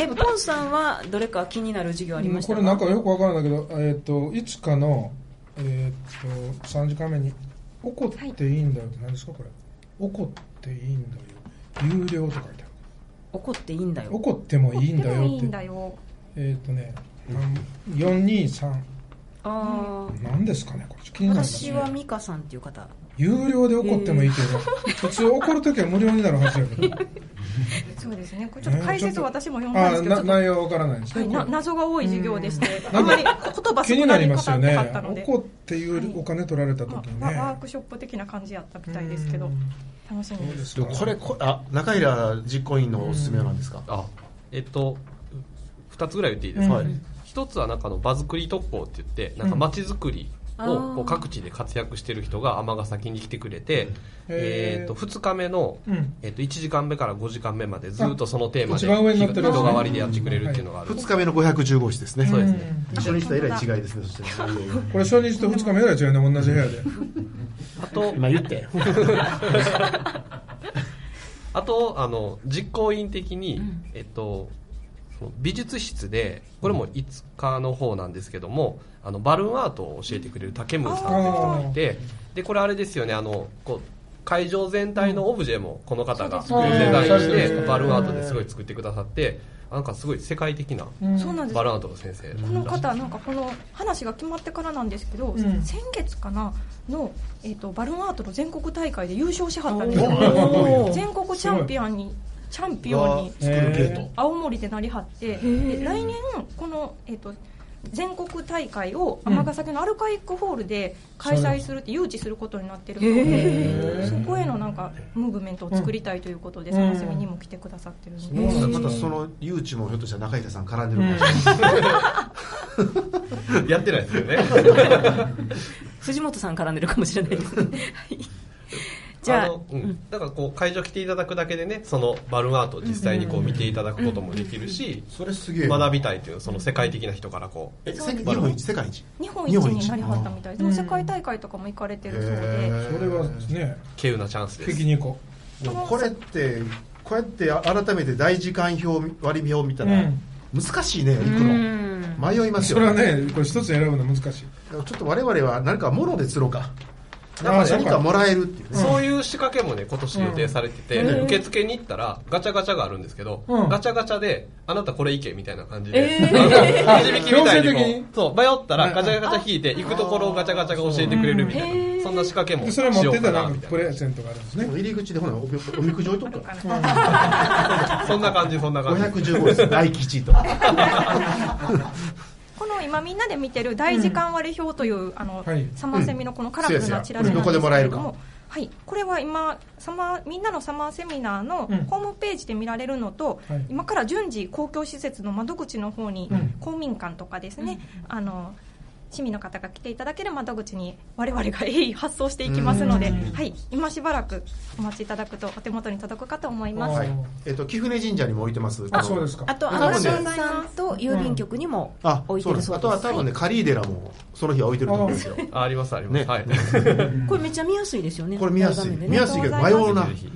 [SPEAKER 6] えポンさんはどれか気になる授業ありました
[SPEAKER 5] これなんかよくわからないけど、えっといつかの、えっと3時間目に「怒っていいんだよ」って何ですかこれ「怒っていいんだよ」「有料」と書いてある
[SPEAKER 6] 怒っていいんだ
[SPEAKER 5] 「
[SPEAKER 6] よ
[SPEAKER 5] 怒ってもいいんだ
[SPEAKER 2] でも
[SPEAKER 5] よ」
[SPEAKER 2] い
[SPEAKER 5] っ
[SPEAKER 2] い
[SPEAKER 5] て
[SPEAKER 2] んだよ
[SPEAKER 5] えっ、とね423
[SPEAKER 6] あー
[SPEAKER 5] 何ですかねこれちょっと気になります
[SPEAKER 6] 私
[SPEAKER 5] ね
[SPEAKER 6] は美香さんっていう方
[SPEAKER 5] 有料で怒ってもいいけ ど、普通怒るときは無料になるはずやけど
[SPEAKER 2] そうですねこれちょっと解
[SPEAKER 5] ねち
[SPEAKER 2] 説
[SPEAKER 5] ょ
[SPEAKER 2] を
[SPEAKER 5] っと
[SPEAKER 2] 私も読んだん
[SPEAKER 5] あ
[SPEAKER 2] で
[SPEAKER 5] ー
[SPEAKER 2] すけ
[SPEAKER 5] な
[SPEAKER 2] どちょっと
[SPEAKER 5] 内容はわからないんです
[SPEAKER 2] は
[SPEAKER 5] ね
[SPEAKER 2] い、な
[SPEAKER 5] これ
[SPEAKER 2] 謎が多い授業でして、あ
[SPEAKER 5] ん
[SPEAKER 2] ん
[SPEAKER 5] か
[SPEAKER 2] まり言葉
[SPEAKER 5] 気に
[SPEAKER 2] 少
[SPEAKER 5] な
[SPEAKER 2] な
[SPEAKER 5] り
[SPEAKER 2] に語
[SPEAKER 5] ま
[SPEAKER 2] っ
[SPEAKER 5] すよ
[SPEAKER 2] て
[SPEAKER 5] ね
[SPEAKER 2] かったので、
[SPEAKER 5] 怒っていうお金取られた
[SPEAKER 2] ま
[SPEAKER 5] ときに
[SPEAKER 2] あ
[SPEAKER 5] ね、
[SPEAKER 2] ワークショップ的な感じやったみたいですけど楽しみです
[SPEAKER 5] そうです
[SPEAKER 1] こ
[SPEAKER 5] か
[SPEAKER 1] れこあ中平実行委員のおすすめなんですか
[SPEAKER 4] あえっと2つぐらい言っていいですか、一つはなんかあの場作り特攻って言ってなんか街づくりをこう各地で活躍してる人が尼崎に来てくれて、えー、と2日目の、
[SPEAKER 5] うん
[SPEAKER 4] えー、と1時間目から5時間目までずっとそのテーマで
[SPEAKER 5] 一番上になってる
[SPEAKER 4] 人が割りでやってくれるっていうのがある、
[SPEAKER 1] 2日目の510号室ですね。
[SPEAKER 4] そうですね
[SPEAKER 1] 初日とえらい違いですね、 そして。
[SPEAKER 5] これ初日と2日目ぐらい違うね同じ部屋で
[SPEAKER 4] あと
[SPEAKER 1] 今言ったよ。
[SPEAKER 4] あとあの実行委員的に、えっと、その美術室でこれも5日の方なんですけどもあのバルーンアートを教えてくれる竹村さんっていう人がいてでこれあれですよねあのこう会場全体のオブジェもこの方がデザインしてバルーンアートですごい作ってくださってなんかすごい世界的な
[SPEAKER 2] そうなんです
[SPEAKER 4] バルーンアートの先生
[SPEAKER 2] この方なんかこの話が決まってからなんですけど、
[SPEAKER 5] ん
[SPEAKER 2] 先月かなの、えー、とバルーンアートの全国大会で優勝しはったんです
[SPEAKER 5] お
[SPEAKER 2] よ
[SPEAKER 5] ー
[SPEAKER 2] 全国チャンピオンにチャンピオンに
[SPEAKER 5] 作るゲート
[SPEAKER 2] 青森でなりはってで来年この、えー、と全国大会を尼崎のアルカイックホールで開催するって誘致することになってるのでそこへのなんかムーブメントを作りたいということで
[SPEAKER 5] うん
[SPEAKER 2] 探せみにも来てくださってるので、
[SPEAKER 1] またその誘致もひょっとしたら中池さん絡んでるかもしれない。
[SPEAKER 4] やってないですよね
[SPEAKER 6] 藤本さん絡んでるかもしれないですね。はいじ
[SPEAKER 4] じゃ
[SPEAKER 6] ゃあ
[SPEAKER 4] あの、うん、だからこう会場来ていただくだけでねそのバルーンアートを実際にこう見ていただくこともできるし、
[SPEAKER 1] それすげえ。
[SPEAKER 4] 学びたいというその世界的な人からこう
[SPEAKER 1] え、世界日本一、世界一。
[SPEAKER 2] 日本一になりはったみたいで、世界大会とかも行かれてるそうで、
[SPEAKER 5] それはね
[SPEAKER 4] 稀有なチャンスで
[SPEAKER 5] 敵
[SPEAKER 4] す
[SPEAKER 5] に行こ
[SPEAKER 1] でもこれって、こうやって改めて大時間表、割り表見たら
[SPEAKER 5] うん、
[SPEAKER 1] 難しいね、行くの。迷いま
[SPEAKER 5] う
[SPEAKER 1] す
[SPEAKER 5] そ
[SPEAKER 1] よ
[SPEAKER 5] れは
[SPEAKER 1] ね。
[SPEAKER 5] ねこれ一つ選ぶの難しい
[SPEAKER 1] ちょっと我々は何か物で釣ろうか。
[SPEAKER 5] ああそう
[SPEAKER 1] 何か
[SPEAKER 5] か
[SPEAKER 1] もらえるっていうね。
[SPEAKER 4] そういう仕掛けもね今年予定されてて、受付に行ったらガチャガチャがあるんですけど、
[SPEAKER 5] うん
[SPEAKER 4] ガチャガチャで「あなたこれ行け」みたいな感じで、
[SPEAKER 6] え
[SPEAKER 4] えー、 くじ引きみたいに
[SPEAKER 5] 強制的
[SPEAKER 4] こ
[SPEAKER 5] に
[SPEAKER 4] うそう迷ったらガチャガチャ引いて行くところをガチャガチャが教えてくれるみたいな、そんな仕掛けも
[SPEAKER 5] で
[SPEAKER 4] し
[SPEAKER 5] それは持
[SPEAKER 4] よ
[SPEAKER 5] って
[SPEAKER 4] う
[SPEAKER 5] た
[SPEAKER 4] から
[SPEAKER 5] な
[SPEAKER 4] なんみ
[SPEAKER 5] か
[SPEAKER 4] た
[SPEAKER 5] プ
[SPEAKER 4] い
[SPEAKER 5] レゼントがあるんですね
[SPEAKER 1] 入り口でほらおみおみくじ置いとくから
[SPEAKER 4] なそんな感じそんな感じ
[SPEAKER 1] 515です大吉と
[SPEAKER 2] この今みんなで見てる大時間割表という、あの、
[SPEAKER 5] はい
[SPEAKER 2] サマーセミのこのカラフルなチラシなんです
[SPEAKER 1] そう
[SPEAKER 2] け
[SPEAKER 1] やそうやこれどこでもらえ
[SPEAKER 2] れ
[SPEAKER 1] る
[SPEAKER 2] ども、
[SPEAKER 1] か
[SPEAKER 2] はい、これは今サマーみんなのサマーセミナーの
[SPEAKER 5] うん
[SPEAKER 2] ホームページで見られるのと、
[SPEAKER 5] はい
[SPEAKER 2] 今から順次公共施設の窓口の方に、
[SPEAKER 5] うん
[SPEAKER 2] 公民館とかですね、あの市民の方が来ていただける窓口に我々が鋭意発送していきますので、はい、今しばらくお待ちいただくとお手元に届くかと思います。
[SPEAKER 1] はいえっと貴船神社にも置いてます
[SPEAKER 5] あそうですか
[SPEAKER 6] あと、
[SPEAKER 1] あ
[SPEAKER 6] アマシンさんと郵便局にも
[SPEAKER 1] あ
[SPEAKER 6] 置い
[SPEAKER 1] そう
[SPEAKER 6] て
[SPEAKER 1] で
[SPEAKER 6] る
[SPEAKER 1] す
[SPEAKER 6] そ
[SPEAKER 1] あ
[SPEAKER 6] う
[SPEAKER 1] と
[SPEAKER 6] で
[SPEAKER 1] は
[SPEAKER 6] す。
[SPEAKER 1] 多分ねカリーデラもその日は置いてると思うんですよ
[SPEAKER 4] あありますあります、
[SPEAKER 1] ね
[SPEAKER 4] はい
[SPEAKER 6] これめっちゃ見やすいですよね。
[SPEAKER 1] これ見やすい
[SPEAKER 6] 大画面でね
[SPEAKER 1] 見やすいけど迷うな
[SPEAKER 4] ぜひぜひ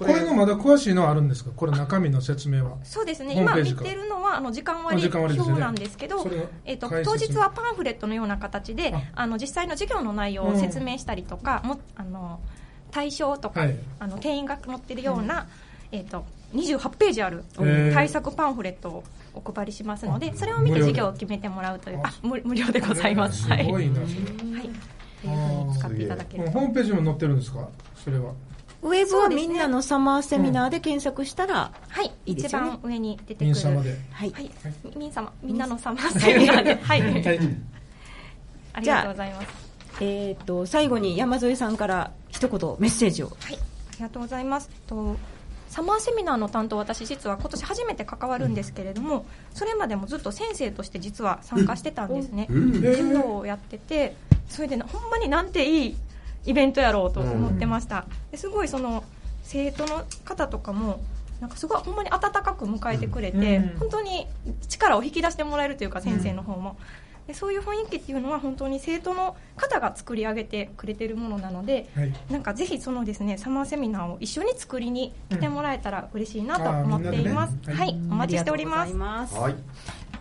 [SPEAKER 5] これのまだ詳しいのはあるんですかこれ中身の説明は
[SPEAKER 2] そうですね
[SPEAKER 5] ホーム
[SPEAKER 2] 今
[SPEAKER 5] ページ
[SPEAKER 2] 見
[SPEAKER 5] か
[SPEAKER 2] てるのはあの時間割
[SPEAKER 5] あ時間割ですよね
[SPEAKER 2] 表なんですけど
[SPEAKER 5] それを
[SPEAKER 2] えっと
[SPEAKER 5] 解
[SPEAKER 2] 当
[SPEAKER 5] 説
[SPEAKER 2] 日はパンフレットのような形で
[SPEAKER 5] あ
[SPEAKER 2] あの実際の授業の内容を説明したりとか、もあの対象とか、
[SPEAKER 5] はい
[SPEAKER 2] あの定員が載ってるような、えっと28ページある
[SPEAKER 5] へー
[SPEAKER 2] 対策パンフレットをお配りしますのでそれを見
[SPEAKER 5] 無
[SPEAKER 2] て
[SPEAKER 5] 料で
[SPEAKER 2] 授業を決めてもらうという
[SPEAKER 5] あ
[SPEAKER 2] あ無無料でございます。
[SPEAKER 5] す
[SPEAKER 2] はい、
[SPEAKER 5] ご
[SPEAKER 2] はいい
[SPEAKER 5] なそれ
[SPEAKER 2] というふうに使っていただけ
[SPEAKER 5] う
[SPEAKER 2] る
[SPEAKER 5] ん
[SPEAKER 2] と
[SPEAKER 5] ホームページにも載ってるんですかそれは
[SPEAKER 6] ウェブはみんなのサマーセミナーで検索したら、
[SPEAKER 2] はい、
[SPEAKER 6] いいで
[SPEAKER 2] 一
[SPEAKER 6] すよね
[SPEAKER 2] 番上に出てくる
[SPEAKER 5] 民様で
[SPEAKER 6] はい
[SPEAKER 2] はい、みん様みんなの様セミナーではい、ありがとうございます。
[SPEAKER 6] えっと、最後に山添さんから一言メッセージを。
[SPEAKER 2] はい、ありがとうございます。とサマーセミナーの担当私実は今年初めて関わるんですけれども、それまでもずっと先生として実は参加してたんですね。授業をやってて、それでなほんまになんていいイベントやろうと思ってました。ですごいその生徒の方とかも。なんかすごいほんまに温かく迎えてくれて、
[SPEAKER 5] うん
[SPEAKER 2] 本当に力を引き出してもらえるというか先生の方も、でそういう雰囲気っていうのは本当に生徒の方が作り上げてくれてるものなので、
[SPEAKER 5] はい
[SPEAKER 2] なんかぜひそのですねサマーセミナーを一緒に作りに来てもらえたら嬉しいなと
[SPEAKER 5] うんあー
[SPEAKER 2] 思っています。
[SPEAKER 5] みんなでね
[SPEAKER 2] はい、お待ちしており
[SPEAKER 6] あ
[SPEAKER 2] ま
[SPEAKER 6] が
[SPEAKER 2] す
[SPEAKER 6] とう。ござ
[SPEAKER 1] はい
[SPEAKER 6] います。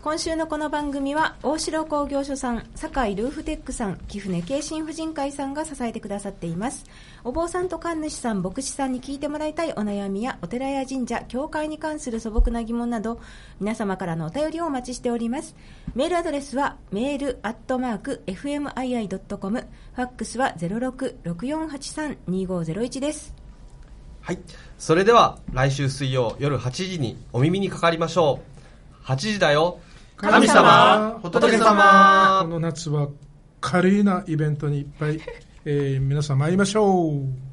[SPEAKER 6] 今週のこの番組は大城工業所さん堺ルーフテックさん貴船慶心婦人会さんが支えてくださっていますお坊さんと神主さん牧師さんに聞いてもらいたいお悩みやお寺や神社教会に関する素朴な疑問など皆様からのお便りをお待ちしておりますメールアドレスはメールアットマーク FMII.com ファックスは0664832501です
[SPEAKER 4] はい。それでは、来週水曜夜8時にお耳にかかりましょう。8時だよ。神様仏
[SPEAKER 5] こ
[SPEAKER 4] 様
[SPEAKER 5] の夏は華麗なイベントにいっぱい、えー皆さん参りましょう